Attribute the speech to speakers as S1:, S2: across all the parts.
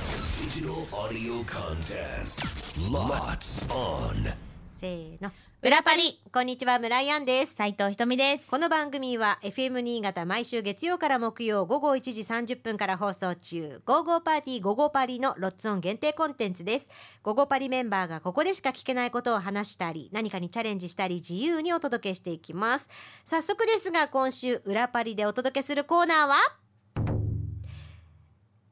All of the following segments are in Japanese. S1: Digital audio contest. Lots on.
S2: せーの裏パリこんにちは村井アンです
S3: 斉藤ひとみです。
S2: この番組は FM 新潟毎週月曜から木曜午後1時30分から放送中「午後パーティー午後パリ」のロッツオン限定コンテンツです午後パリメンバーがここでしか聞けないことを話したり何かにチャレンジしたり自由にお届けしていきます早速ですが今週裏パリでお届けするコーナーは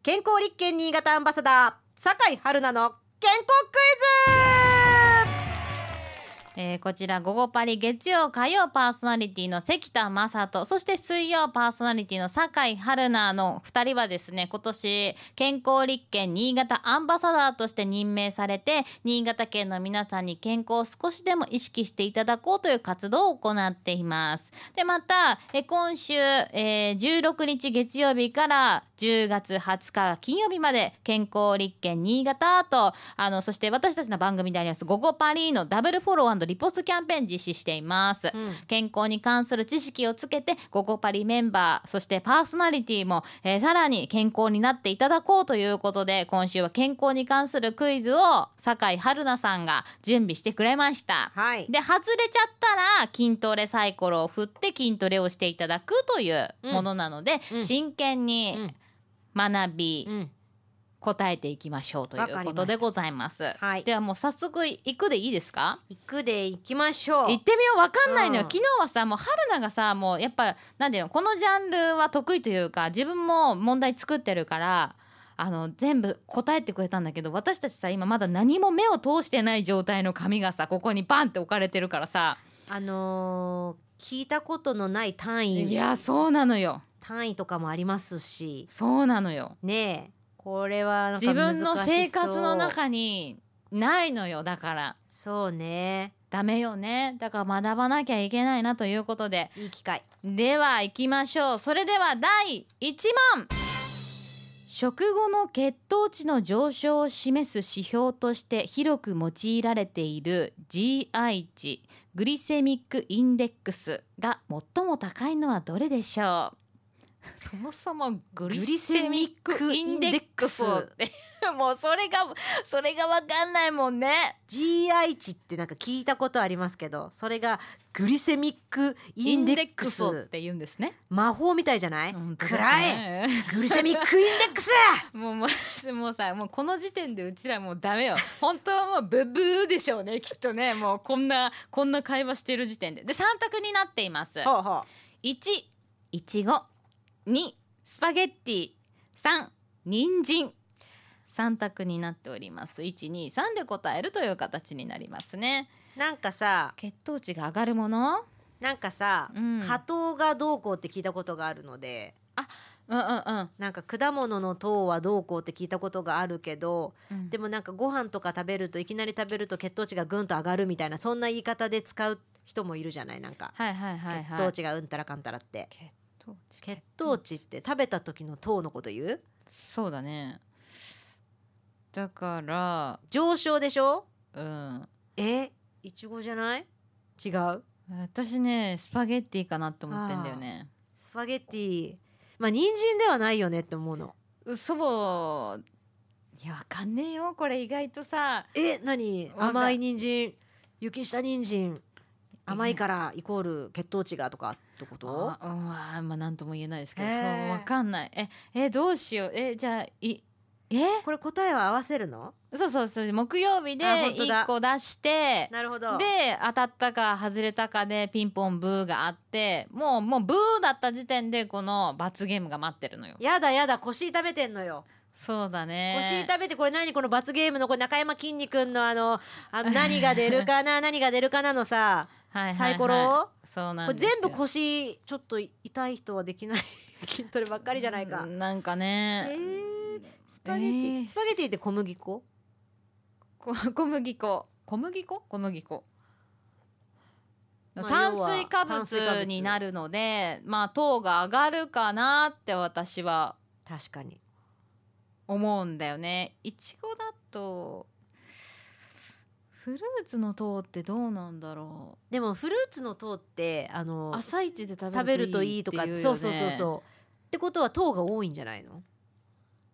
S2: 健康立憲新潟アンバサダー酒井春菜の健康クイズ
S3: えーこちら午後パリ月曜火曜パーソナリティの関田正人そして水曜パーソナリティの酒井春菜の2人はですね今年健康立憲新潟アンバサダーとして任命されて新潟県の皆さんに健康を少しでも意識していただこうという活動を行っています。でまたえー今週、えー16日月曜日から10月20日金曜日まで健康立憲新潟とあのそして私たちの番組であります「午後パリ」のダブルフォローリポストキャンペーン実施しています。
S2: うん
S3: 健康に関する知識をつけて「ゴゴパリ」メンバーそしてパーソナリティも、えーさらに健康になっていただこうということで今週は健康に関するクイズを酒井春菜さんが準備してくれました。
S2: はい
S3: で外れちゃったら筋トレサイコロを振って筋トレをしていただくというものなので、
S2: うんうん
S3: 真剣に学び、
S2: うん
S3: 答えていきましょうとい
S2: わか
S3: う
S2: りま
S3: こ
S2: した
S3: とでございます。
S2: はい
S3: ではもう早速いくでいいですか
S2: 行くで行きましょう
S3: 行ってみようわかんないのよ、
S2: うん
S3: 昨日はさもう春菜がさもうやっぱなんていうのこのジャンルは得意というか自分も問題作ってるからあの全部答えてくれたんだけど私たちさ今まだ何も目を通してない状態の紙がさここにバンって置かれてるからさ
S2: あのー聞いたことのない単
S3: い
S2: 位
S3: やそうなのよ
S2: 単位とかもありますし
S3: そうなのよ
S2: ねえこれはなんか
S3: 自
S2: 難し
S3: 分
S2: そう
S3: の生活の中にないのよだから
S2: そうね
S3: ダメよねだから学ばなきゃいけないなということで
S2: いい機会
S3: では行きましょうそれでは第1問食後の血糖値の上昇を示す指標として広く用いられている GI 値グリセミックインデックスが最も高いのはどれでしょうそもそもグリセミックインデックスをって もうそれがそれがわかんないもんね
S2: GI 値ってなんか聞いたことありますけどそれがグリセミックイ
S3: イ
S2: ン
S3: ン
S2: デ
S3: デ
S2: ッ
S3: ッ
S2: ク
S3: ク
S2: ス
S3: スって言うんですね
S2: 魔法みたいじゃない、
S3: 本当です
S2: 暗い
S3: ね
S2: グリセミックインデック ス
S3: もうもうもうさもうこの時点でうちらもうダメよ本当はもうブブーでしょうねきっとねもうこんなこんな会話してる時点でで3択になっています
S2: ほうほ
S3: 1いちご2スパゲッティ3人参3択になっております123で答えるという形になりますね
S2: うなんかさ
S3: 血糖値が上がるもの
S2: なんかさ、
S3: うん
S2: 果糖がどうこうって聞いたことがあるので
S3: うんうんうん
S2: なんか果物の糖はどうこうって聞いたことがあるけど
S3: うん
S2: でもなんかご飯とか食べるといきなり食べると血糖値がぐんと上がるみたいなそんな言い方で使う人もいるじゃないなんか、
S3: はいはいはい
S2: 血
S3: はい
S2: 糖値がうんたらかんたらって
S3: 血糖値
S2: 血糖値って食べた時の糖のこと言う
S3: そうだねだから
S2: 上昇でしょ
S3: うん
S2: えいちごじゃない違う
S3: 私ねスパゲッティかなって思ってんだよね
S2: スパゲッティまあ人参ではないよねって思うの
S3: 祖母いやわかんねえよこれ意外とさ
S2: え何
S3: わかん
S2: 甘い人参雪下人参甘いからイコール血糖値がとかってこと
S3: あうんまあまあなんとも言えないですけど、
S2: へ
S3: そう
S2: え
S3: わかんないええどうしようえじゃあいえ
S2: これ答えは合わせるの
S3: そうそうそう木曜日で
S2: あ本当だ
S3: 1個出して
S2: なるほど
S3: で当たったか外れたかでピンポンブーがあってもうもうブーだった時点でこの罰ゲームが待ってるのよ
S2: やだやだ腰痛めてんのよ、
S3: そうだね
S2: 腰痛めてこれ何この罰ゲームのこれ中山きんに君のあのあ の何が出るかな何が出るかなのさ
S3: はいはいはい
S2: サイコロ
S3: そうな
S2: こ
S3: ん
S2: れ
S3: ですよ
S2: 全部腰ちょっと痛い人はできない 筋トレばっかりじゃないか、
S3: うんなんか
S2: え
S3: ね、
S2: ースパゲティ、
S3: えー
S2: スパゲティって小麦粉
S3: こ 小麦粉小麦粉小麦粉、
S2: まあ
S3: 炭
S2: 要
S3: 水化
S2: は炭水化物
S3: 物になるのでまあ糖が上がるかなって私は
S2: 確かに
S3: 思うんだよねいちごだとフルーツの糖ってどうなんだろ
S2: でもフルーツの糖ってあ
S3: う
S2: の
S3: 朝一で食
S2: 食
S3: べ
S2: べ
S3: る
S2: る
S3: と
S2: と
S3: い
S2: い
S3: い
S2: い
S3: と
S2: と
S3: か
S2: か
S3: っていうよ、ね、
S2: そうそうそうそうってことは糖が多いんじゃないの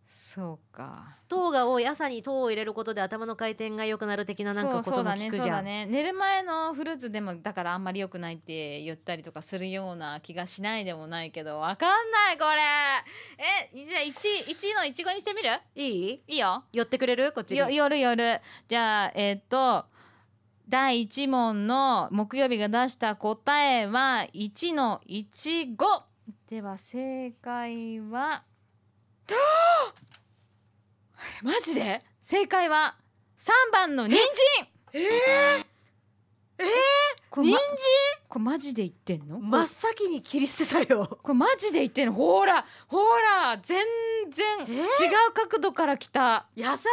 S3: そうか
S2: 糖が多い朝に糖を入れることで頭の回転が良くなる的ななんかこ
S3: そ
S2: と
S3: う
S2: も
S3: だね
S2: 聞く
S3: そう
S2: じゃ
S3: だ
S2: ん、
S3: ね寝る前のフルーツでもだからあんまり良くないって言ったりとかするような気がしないでもないけどわかんないこれえじゃあ 1, 一位のいちごにしてみる
S2: いい
S3: いいよ
S2: 寄ってくれるこっちに
S3: よ夜夜じゃあえっと第1問の木曜日が出した答えは1の15では正解は マジで正解は3番の人参
S2: えー、
S3: これ
S2: 人
S3: ま
S2: 参
S3: これマジで言ってんの
S2: 真っ先に切り捨てたよ
S3: これマジで言ってんのほらほら全然
S2: えー
S3: 違う角度から来た
S2: 野菜だよ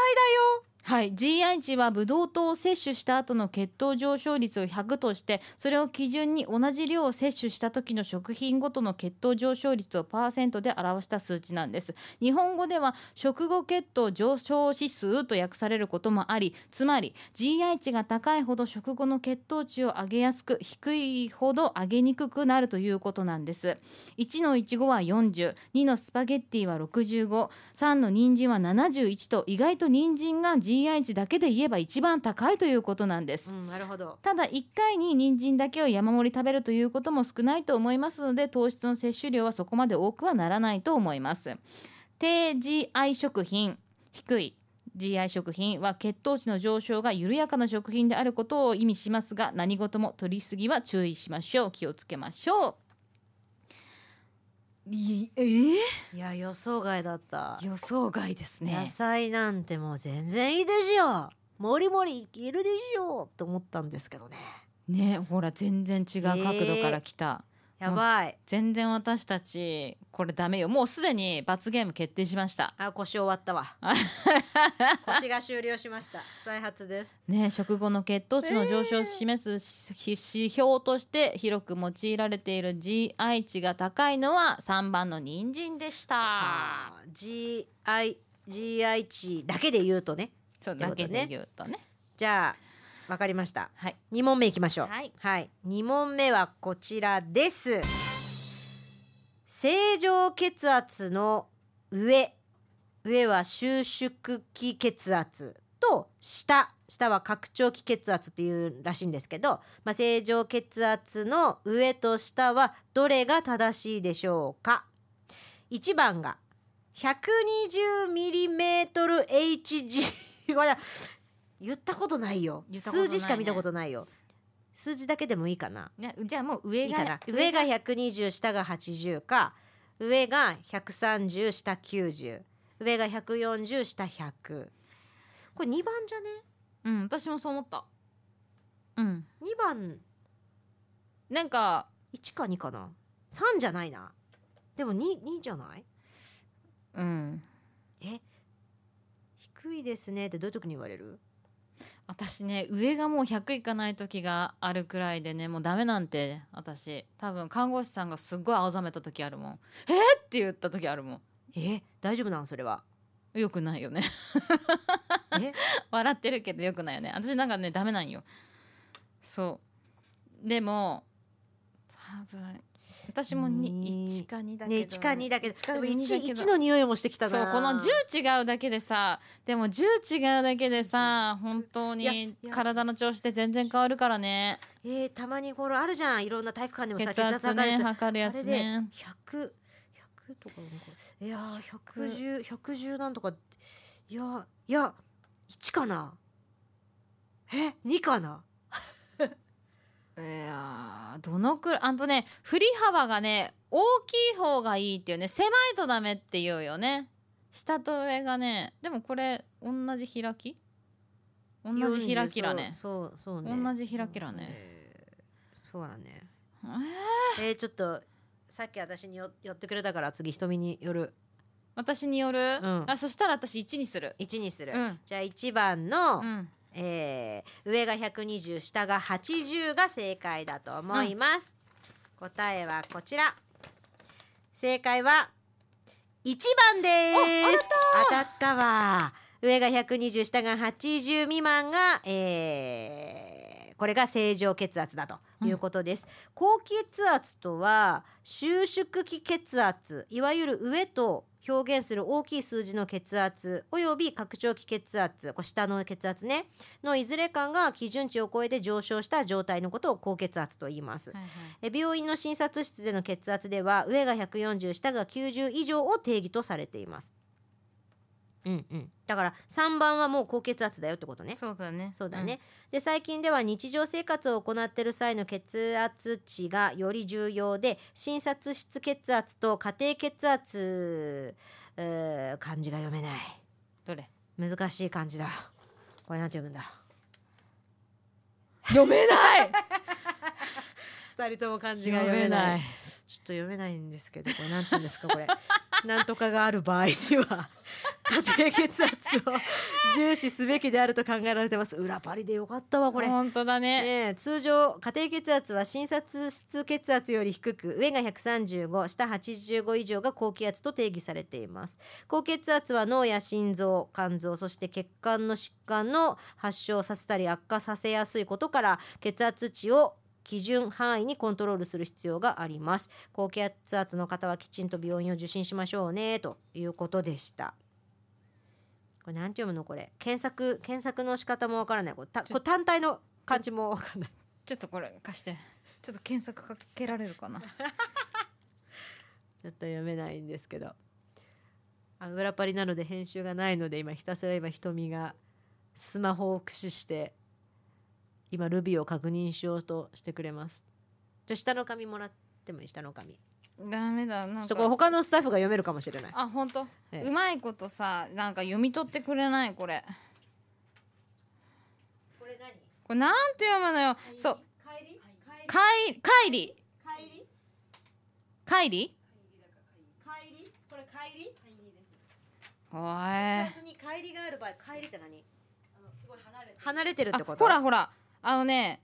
S3: はい、GI 値はブドウ糖を摂取した後の血糖上昇率を100としてそれを基準に同じ量を摂取した時の食品ごとの血糖上昇率をパーセントで表した数値なんです日本語では食後血糖上昇指数と訳されることもありつまり GI 値が高いほど食後の血糖値を上げやすく低いほど上げにくくなるということなんです1のいちごは40、2のスパゲッティは65、3の人参は71と意外と人参が GI 値だけで言えば一番高いということなんです。
S2: うんなるほど
S3: ただ1回に人参だけを山盛り食べるということも少ないと思いますので糖質の摂取量はそこまで多くはならないと思います低 GI 食品低い GI 食品は血糖値の上昇が緩やかな食品であることを意味しますが何事も取りすぎは注意しましょう気をつけましょういえ
S2: いや予想外だった
S3: 予想外です
S2: 野菜なんてもう全然いいですよもりもりいけるでしょと思ったんですけどね
S3: ねほら全然違う角度から来た、
S2: やばい、
S3: 全然私たちこれダメよもうすでに罰ゲーム決定しました
S2: あ腰終わった わ腰が終了しました再発です
S3: ね食後の血糖値の上昇を示す指指標として広く用いられている GI 値が高いのは3番の人参でした
S2: あ GI GI 値だけで言うとね
S3: そう
S2: てこ
S3: だ
S2: とね
S3: けで言うとね
S2: じゃあわかりました
S3: はい
S2: 2問目いきましょう
S3: はい
S2: 2問目はこちらです正常血圧の上上は収縮期血圧と下下は拡張期血圧っていうらしいんですけど、まあ、正常血圧の上と下はどれが正しいでしょうか1番が 120mmHg これ言ったことないよ
S3: 言ったことない
S2: 数
S3: ね
S2: 字しか見たことないよ数字だけでもいいかな
S3: ねじゃあもう上
S2: いい
S3: が
S2: かな上が
S3: が
S2: 120下が80か上が130下90上が140下100これ2番じゃね
S3: うん私もそう思ったうん
S2: 2番
S3: なんか
S2: 1か2かな3じゃないなでも 2, 2じゃない
S3: うん
S2: 低いですねってどういう時に言われる
S3: 私ね上がもう100いかない時があるくらいでねもうダメなんて私多分看護師さんがすっごい青ざめた時あるもんえっって言った時あるも
S2: え大丈夫なんそれは
S3: んよくないよね
S2: え
S3: 笑ってるけどよくないよね私なんかねダメなんよそうでも多分私も
S2: に
S3: 1か2だけど、
S2: ね1か2だけど
S3: 1か
S2: でも
S3: 2
S2: 1,
S3: だけど
S2: 1の匂いもしてきた
S3: そう
S2: な
S3: この10違うだけでさでも10違うだけでさ本当
S2: いや
S3: に
S2: いや
S3: 体の調子って全然変わるからね
S2: えー、たまにこれあるじゃんいろんな体育館でも
S3: 血
S2: さ
S3: 圧
S2: 測
S3: ね
S2: れて
S3: 測るや
S2: あれ
S3: つ
S2: で
S3: ね
S2: 100 100とかなんかいやー110110なんとかいやいや1かなえ2かない
S3: やーどのくらいあとね振り幅がね大きい方がいいっていうね狭いとダメっていうよね下と上がねでもこれ同じ開き同じ開きだね
S2: 40そうそうそうね
S3: 同じ開きだね
S2: そうだね
S3: えー
S2: えー、ちょっとさっき私によ寄ってくれたから次瞳による
S3: 私による、
S2: ん
S3: あそしたら私1にする
S2: 1にする、
S3: うん
S2: じゃあ1番の、
S3: うん
S2: えー上が120下が80が正解だと思います、答えはこちら正解は1番です当たったわ上が120下が80未満が、えーこれが正常血圧だということです、高血圧とは収縮期血圧いわゆる上と表現する大きい数字の血圧および拡張器血圧これ下の血圧ねのいずれかが基準値を超えて上昇した状態のことを高血圧と言います。
S3: はいはい
S2: え病院の診察室での血圧では上が140下が90以上を定義とされています。うんうん、だから3番はもう高血圧だよってことね。
S3: そうだね
S2: そうだね、、で最近では日常生活を行っている際の血圧値がより重要で診察室血圧と家庭血圧うー漢字が読めない
S3: うんどれ
S2: 難しい漢字だこれなんて読むんだ
S3: 読めない
S2: 二人とも漢
S3: 読めない
S2: ちょっと読めないんですけどこれなんて言うんですかこれ なんとかがある場合には家庭血圧を重視すべきであると考えられてます裏パリでよかったわこれ
S3: 本当だね
S2: ねえ、通常家庭血圧は診察室血圧より低く上が135下85以上が高気圧と定義されています高血圧は脳や心臓肝臓そして血管の疾患の発症させたり悪化させやすいことから血圧値を基準範囲にコントロールする必要があります高血圧の方はきちんと病院を受診しましょうねということでしたこれなんて読むのこれ検索検索の仕方もわからないこれたこれ単体の漢字もわかんない
S3: ちょっとこれ貸してちょっと検索かけられるかな
S2: ちょっと読めないんですけどあ裏パリなので編集がないので今ひたすら今瞳がスマホを駆使して今ルビーを確認しようとしてくれますじゃあ下の紙もらってもいい下の紙ち
S3: ダメだな
S2: ょっ
S3: んか
S2: とこれ他のスタッフが読めるかもしれない
S3: あ本当、
S2: ええ
S3: うまいことさなんか読み取ってくれないこれ
S2: これ何
S3: これなんて読むのよそう
S2: 帰り
S3: かいか
S2: 帰
S3: いり
S2: り
S3: かいり
S2: 帰りこれ帰り
S3: おい
S2: に帰りがある場合帰りって何離れてるってこ
S3: あ
S2: と
S3: ほらほらあのね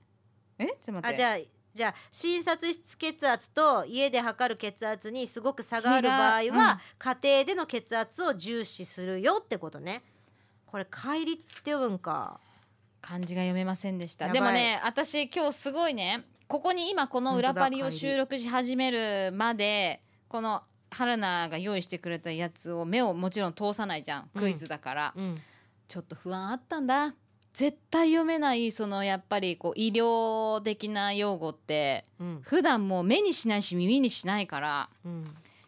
S3: えちょっと待っ
S2: あ
S3: て
S2: じゃあじゃあ診察室血圧と家で測る血圧にすごく差がある場合は、
S3: 違ううん
S2: 家庭での血圧を重視するよってことねこれ帰りって読むんか
S3: 漢字が読めませんでした
S2: やばい
S3: でもね私今日すごいねここに今この裏パリを収録し始めるまでこの春菜が用意してくれたやつを目をもちろん通さないじゃん
S2: うん
S3: クイズだから、
S2: うん
S3: ちょっと不安あったんだ絶対読めないそのやっぱりこう医療的な用語って
S2: うん
S3: 普段もう目にしないし耳にしないから
S2: うん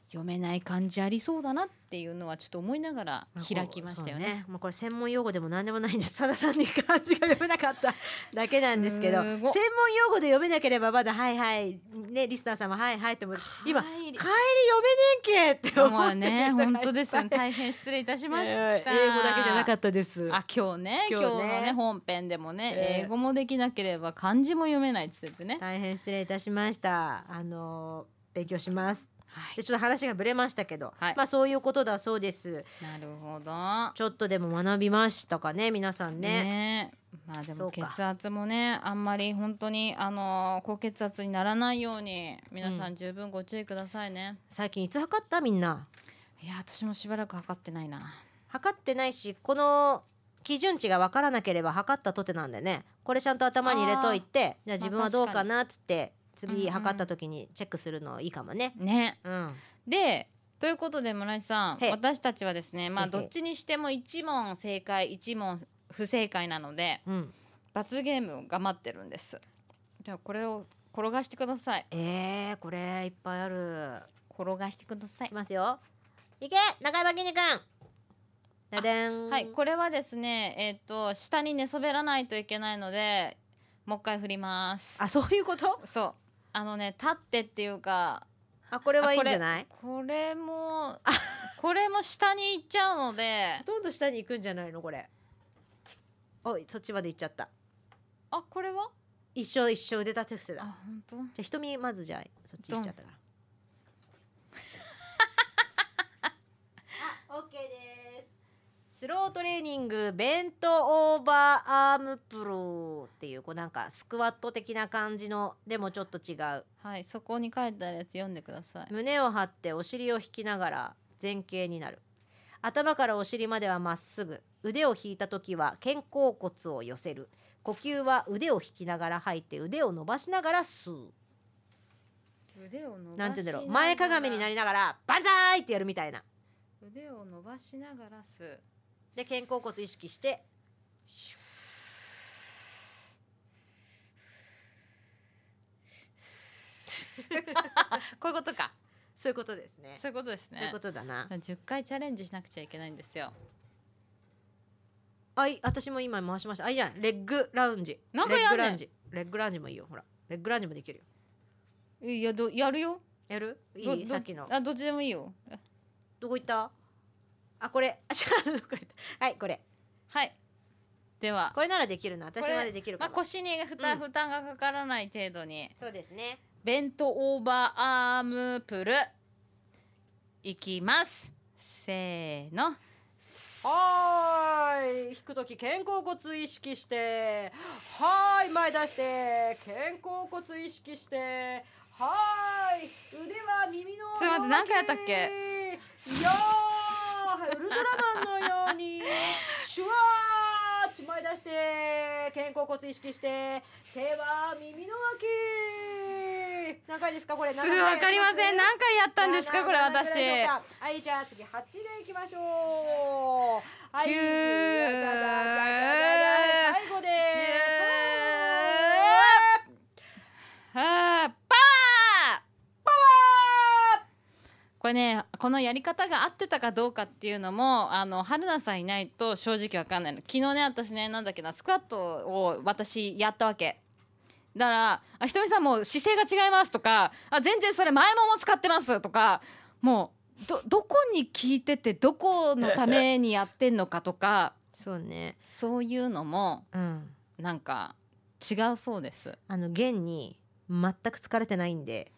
S3: 読めない感じありそうだなっていうのはちょっと思いながら開きましたよね。
S2: そうまあ、これ専門用語でも何でもないんですただ単に漢字が読めなか っただけなんですけど
S3: す
S2: 専門
S3: ごい
S2: 用語で読めなければまだはいはいねリスナーさんもはいはいって思う今帰
S3: 帰
S2: り
S3: り
S2: 読めねえんけって 思
S3: も
S2: っ
S3: う
S2: てる人
S3: ね
S2: がいっ
S3: 本
S2: ぱい
S3: 当ですよね大変失礼いたしました、
S2: えー英語だけじゃなか
S3: っ
S2: ったです
S3: あ今日ね
S2: 今
S3: 今
S2: 日
S3: 日
S2: ね
S3: のね本編でもね、
S2: えー
S3: 英語もできなければ漢字も読めないっつっててね、
S2: 大変失礼いたしました。あの勉強します。
S3: はい
S2: でちょっと話がぶれましたけど、
S3: はい
S2: まあそういうことだそうです。
S3: なるほど
S2: ちょっとでも学びましたかね皆さんね。
S3: ねまあで
S2: そ
S3: も
S2: うか
S3: 血圧もねあんまり本当にあのー高血圧にならないように皆さん十分ご注意くださいね、
S2: 最近いつ測ったみんな。
S3: いや私もしばらく測ってないな
S2: 測ってないしこの基準値が分からなければ測ったとてなんでねこれちゃんと頭に入れといてじゃあ自分はどうかなっつって
S3: うんう
S2: 次
S3: ん
S2: 測った時にチェックするのいいかもね。
S3: ね
S2: うん、
S3: でということで村井さん
S2: へい
S3: 私たちはですねま
S2: へ
S3: あ
S2: いへい
S3: どっちにしても1問正解1問不正解なので
S2: うん、
S3: 罰ゲームが待ってるんですじゃあこれを転がしてください
S2: えー、これいっぱいある。
S3: 転がしてください
S2: いきますよ。いけ中山きんに君。だでん。
S3: はいこれはですねえっ、と下に寝そべらないといけないのでもう一回振ります
S2: あそういうこと
S3: そうあのね立ってっていうか
S2: あこれ
S3: こ
S2: はいいんじゃない
S3: これも これも下に行っちゃうので
S2: ほとんど下に行くんじゃないのこれおいそっちまで行っちゃった
S3: あこれは
S2: 一生一生腕立て伏せだ
S3: あ本当
S2: じゃあ瞳まずじゃあそっち行っちゃったから あオッケーですスロートレーニングベントオーバーアームプロっていうこうなんかスクワット的な感じのでもちょっと違う
S3: はいそこに書いてあるやつ読んでください
S2: 胸を張ってお尻を引きながら前傾になる頭からお尻まではまっすぐ腕を引いた時は肩甲骨を寄せる呼吸は腕を引きながら吐いて腕を伸ばしながら吸う
S3: 腕を伸ばし
S2: なんて言うんだろう前かがみになりながらバンザーイってやるみたいな
S4: 腕を伸ばしながら吸う
S2: で肩甲骨意識して
S3: こういうことか
S2: そういうことですね
S3: そういうことですね
S2: そういうことだな
S3: 10回チャレンジしなくちゃいけないんですよ
S2: あい私も今回しましたあいいじゃんレッグラウンジ
S3: なんかやん
S2: レッグラ
S3: ねん
S2: ウンジレッグラウンジもいいよほらレッグラウンジもできるよ
S3: いやどやるよ
S2: やる
S3: ど
S2: いい
S3: ど
S2: さっきの
S3: あどっちでもいいよ
S2: どこ行ったあこれあ違うどこ行ったはいこれ
S3: はいでは
S2: これならできるな私
S3: これ
S2: までできる
S3: ま
S2: かも、
S3: あ、腰に負
S2: う
S3: 担
S2: ん
S3: 負担がかからない程度に、
S2: そうですね
S3: ベントオーバーアームプルいきますせーの
S2: はーい引くとき肩甲骨意識してはーい前出して肩甲骨意識してはーい腕は耳の
S3: ちょっと待って何回やったっけ
S2: よーウルトラマンのようにシュワーッ前出して肩甲骨意識して手は耳の脇何回ですかこれ
S3: すぐわかりません何回やったんですかこれ
S2: 何
S3: 私
S2: ぐらいでしょうかはいじゃあ次八でいきましょうはい
S3: 九
S2: 最後です
S3: あーパワーこれねこのやり方が合ってたかどうかっていうのもあの春菜さんいないと正直わかんないの昨日ね私ねなんだっけなスクワットを私やったわけだからあひとみさんもう姿勢が違いますとかあ全然それ前もも使ってますとかもうどどこに聞いててどこのためにやってんのかとか
S2: そうね
S3: そういうのも
S2: うん
S3: なんか違うそうです
S2: あの現に全く疲れてないんで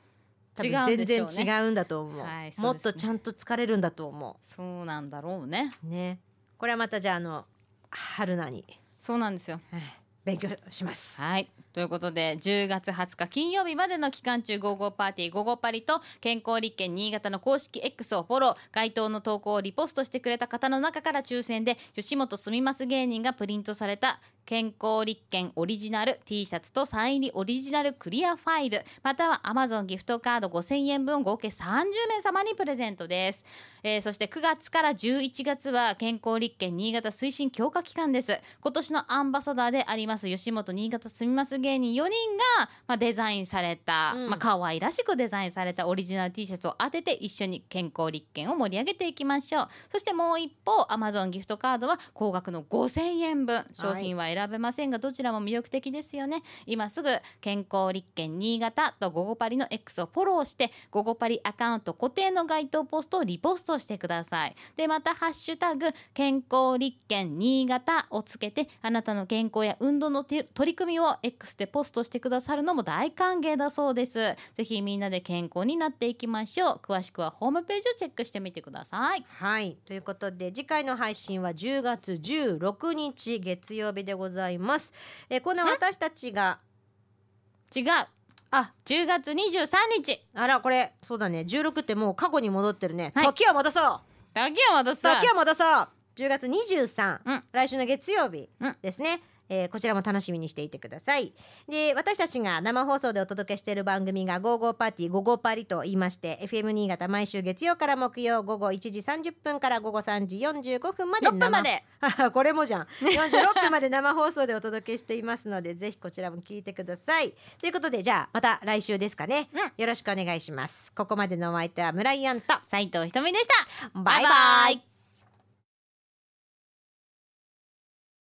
S2: 多
S3: 違
S2: 分
S3: うんで
S2: 全
S3: しょう
S2: 然
S3: ね
S2: 違うんだと思う
S3: はいそ
S2: も
S3: う
S2: っ
S3: ですね
S2: とちゃんと疲れるんだと思
S3: そうなんだろうね
S2: うねこれはまたじゃああの春菜に
S3: そうなんですよ
S2: はい勉強します
S3: はい。ということで、10月20日金曜日までの期間中、55パーティー、55パリと、健康立憲新潟の公式 X をフォロー、該当の投稿をリポストしてくれた方の中から抽選で、吉本すみます芸人がプリントされた、健康立憲オリジナル T シャツとサイン入りオリジナルクリアファイル、または Amazon ギフトカード5000円分合計30名様にプレゼントです。えーそして9月から11月は健康立憲新潟推進強化期間です今年のアンバサダーであります吉本新潟住みます芸人4人が、まあ、デザインされた、
S2: うん
S3: まあ可愛らしくデザインされたオリジナル T シャツを当てて一緒に健康立憲を盛り上げていきましょうそしてもう一方 Amazon ギフトカードは高額の5000円分商品は選べませんがどちらも魅力的ですよね今すぐ健康立憲新潟と午後パリの X をフォローして午後パリアカウント固定の該当ポストをリポストしてくださいでまたハッシュタグ健康立憲新潟をつけてあなたの健康や運動のて取り組みを X でポストしてくださるのも大歓迎だそうですぜひみんなで健康になっていきましょう詳しくはホームページをチェックしてみてください
S2: はいということで次回の配信は10月16日月曜日でございますえーこんな私たちが
S3: 違う
S2: あ
S3: 10月23日
S2: あらこれそうだね16ってもう過去に戻ってるね、
S3: はい
S2: 時を戻そう
S3: 竹山田さん
S2: 時を戻そう10月23、
S3: うん
S2: 来週の月曜日
S3: うん
S2: ですね、えーこちらも楽しみにしていてくださいで私たちが生放送でお届けしている番組が「ゴーゴーパーティーゴーゴーパリ」と言いまして FM 新潟毎週月曜から木曜午後1時30分から午後3時45分まで
S3: 6
S2: 生
S3: 分まで
S2: これも じゃん46分まで生放送でお届けしていますのでぜひこちらも聞いてくださいということでじゃあまた来週ですかね、
S3: うん
S2: よろしくお願いしますここまでのお相手は村井アンと
S3: 斉藤ひとみでした
S2: バイバイ
S3: バイバイ